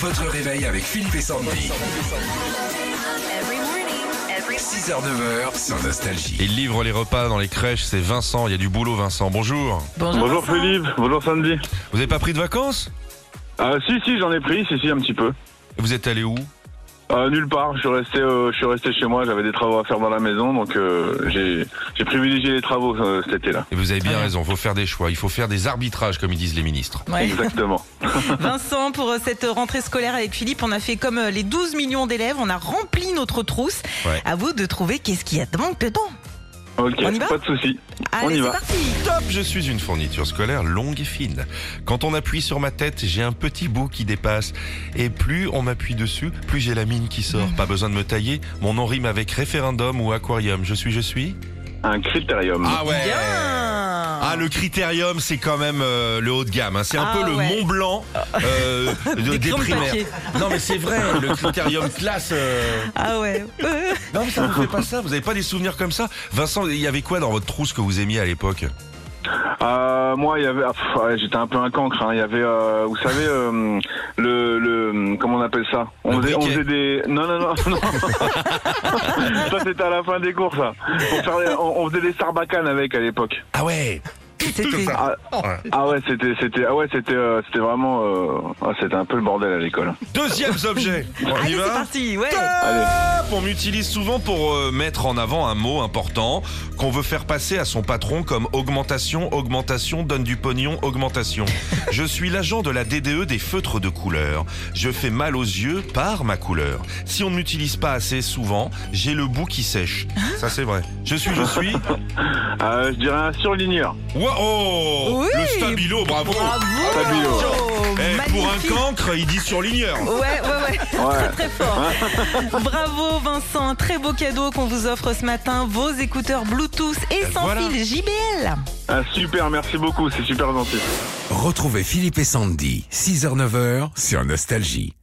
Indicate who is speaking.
Speaker 1: Votre réveil avec Philippe et Sandy.
Speaker 2: Every morning, every
Speaker 1: 6h-9h sur Nostalgie.
Speaker 3: Il livre les repas dans les crèches, c'est Vincent, il y a du boulot Vincent, bonjour.
Speaker 4: Bonjour, Philippe, bonjour Sandy.
Speaker 3: Vous n'avez pas pris de vacances
Speaker 4: Euh, si, si, j'en ai pris, si, si, un petit peu.
Speaker 3: Vous êtes allé où
Speaker 4: Euh, nulle part, je suis resté, euh, je suis resté chez moi, j'avais des travaux à faire dans la maison, donc euh, j'ai j'ai privilégié les travaux euh, cet été-là.
Speaker 3: Et vous avez bien
Speaker 5: Ah.
Speaker 3: raison, faut faire des choix, il faut faire des arbitrages comme ils disent les ministres.
Speaker 5: Ouais.
Speaker 4: Exactement.
Speaker 5: Vincent, pour euh, cette rentrée scolaire avec Philippe, on a fait comme euh, les 12 millions d'élèves, on a rempli notre trousse.
Speaker 3: Ouais.
Speaker 5: À vous de trouver qu'est-ce qu'il y a de manque dedans.
Speaker 4: Ok,
Speaker 5: On y va
Speaker 4: pas de souci.
Speaker 5: Allez,
Speaker 4: y
Speaker 5: c'est
Speaker 4: va.
Speaker 5: parti.
Speaker 3: Top, je suis une fourniture scolaire longue et fine. Quand on appuie sur ma tête, j'ai un petit bout qui dépasse. Et plus on m'appuie dessus, plus j'ai la mine qui
Speaker 5: Mmh.
Speaker 3: sort. Pas besoin de me tailler, mon nom rime avec référendum ou aquarium. Je suis, je suis Ah
Speaker 4: Un critérium.
Speaker 5: Ah.
Speaker 3: ouais
Speaker 5: Bien.
Speaker 3: Ah, le critérium, c'est quand même euh, le haut de gamme. hein. C'est un
Speaker 5: Ah
Speaker 3: peu le
Speaker 5: ouais.
Speaker 3: Mont Blanc euh, de-
Speaker 5: Des
Speaker 3: des
Speaker 5: crans de
Speaker 3: primaires.
Speaker 5: papier.
Speaker 3: Non, mais c'est vrai, le critérium classe. euh,
Speaker 5: Ah ouais. Euh,
Speaker 3: Non, mais ça vous fait pas ça. Vous avez pas des souvenirs comme ça Vincent, il y avait quoi dans votre trousse que vous aimiez à l'époque
Speaker 4: Euh, moi, il y avait, ah, pff, ouais, j'étais un peu un cancre. hein. Il y avait, euh, vous savez, euh, le, le, comment on appelle ça
Speaker 3: Le
Speaker 4: on faisait, on
Speaker 3: briquet.
Speaker 4: faisait des, non, non, non, non. ça c'était à la fin des cours, ça. Pour faire les- on, on faisait des sarbacanes avec à l'époque.
Speaker 3: Ah ouais
Speaker 5: C'était.
Speaker 4: Ah, ah ouais, c'était, c'était, ah ouais, c'était, euh, c'était vraiment, euh, ah, c'était un peu le bordel à l'école.
Speaker 3: Deuxième objet On y
Speaker 5: Allez, Ah, c'est
Speaker 3: va
Speaker 5: parti. Ouais.
Speaker 4: Allez.
Speaker 3: Top On m'utilise souvent pour euh, mettre en avant un mot important qu'on veut faire passer à son patron comme augmentation, augmentation, donne du pognon, augmentation. Je suis l'agent de la DDE des feutres de couleur. Je fais mal aux yeux par ma couleur. Si on ne m'utilise pas assez souvent, j'ai le bout qui sèche. Ça c'est vrai. Je suis, je suis.
Speaker 4: Euh, je dirais un surligneur.
Speaker 3: Wow oh
Speaker 5: Oui.
Speaker 3: Le stabilo, bravo,
Speaker 5: Bravo.
Speaker 4: Fabio.
Speaker 3: Ah, Eh, Pour un
Speaker 5: Magnifique.
Speaker 3: cancre, il dit surligneur.
Speaker 5: Ouais, ouais, ouais.
Speaker 4: Ouais.
Speaker 5: Très fort. Bravo Vincent, un très beau cadeau qu'on vous offre ce matin, vos écouteurs Bluetooth et sans
Speaker 3: Ben voilà.
Speaker 5: fil JBL.
Speaker 4: Ah, super, merci beaucoup, c'est super gentil.
Speaker 1: Retrouvez Philippe et Sandy, 6h-9h sur Nostalgie.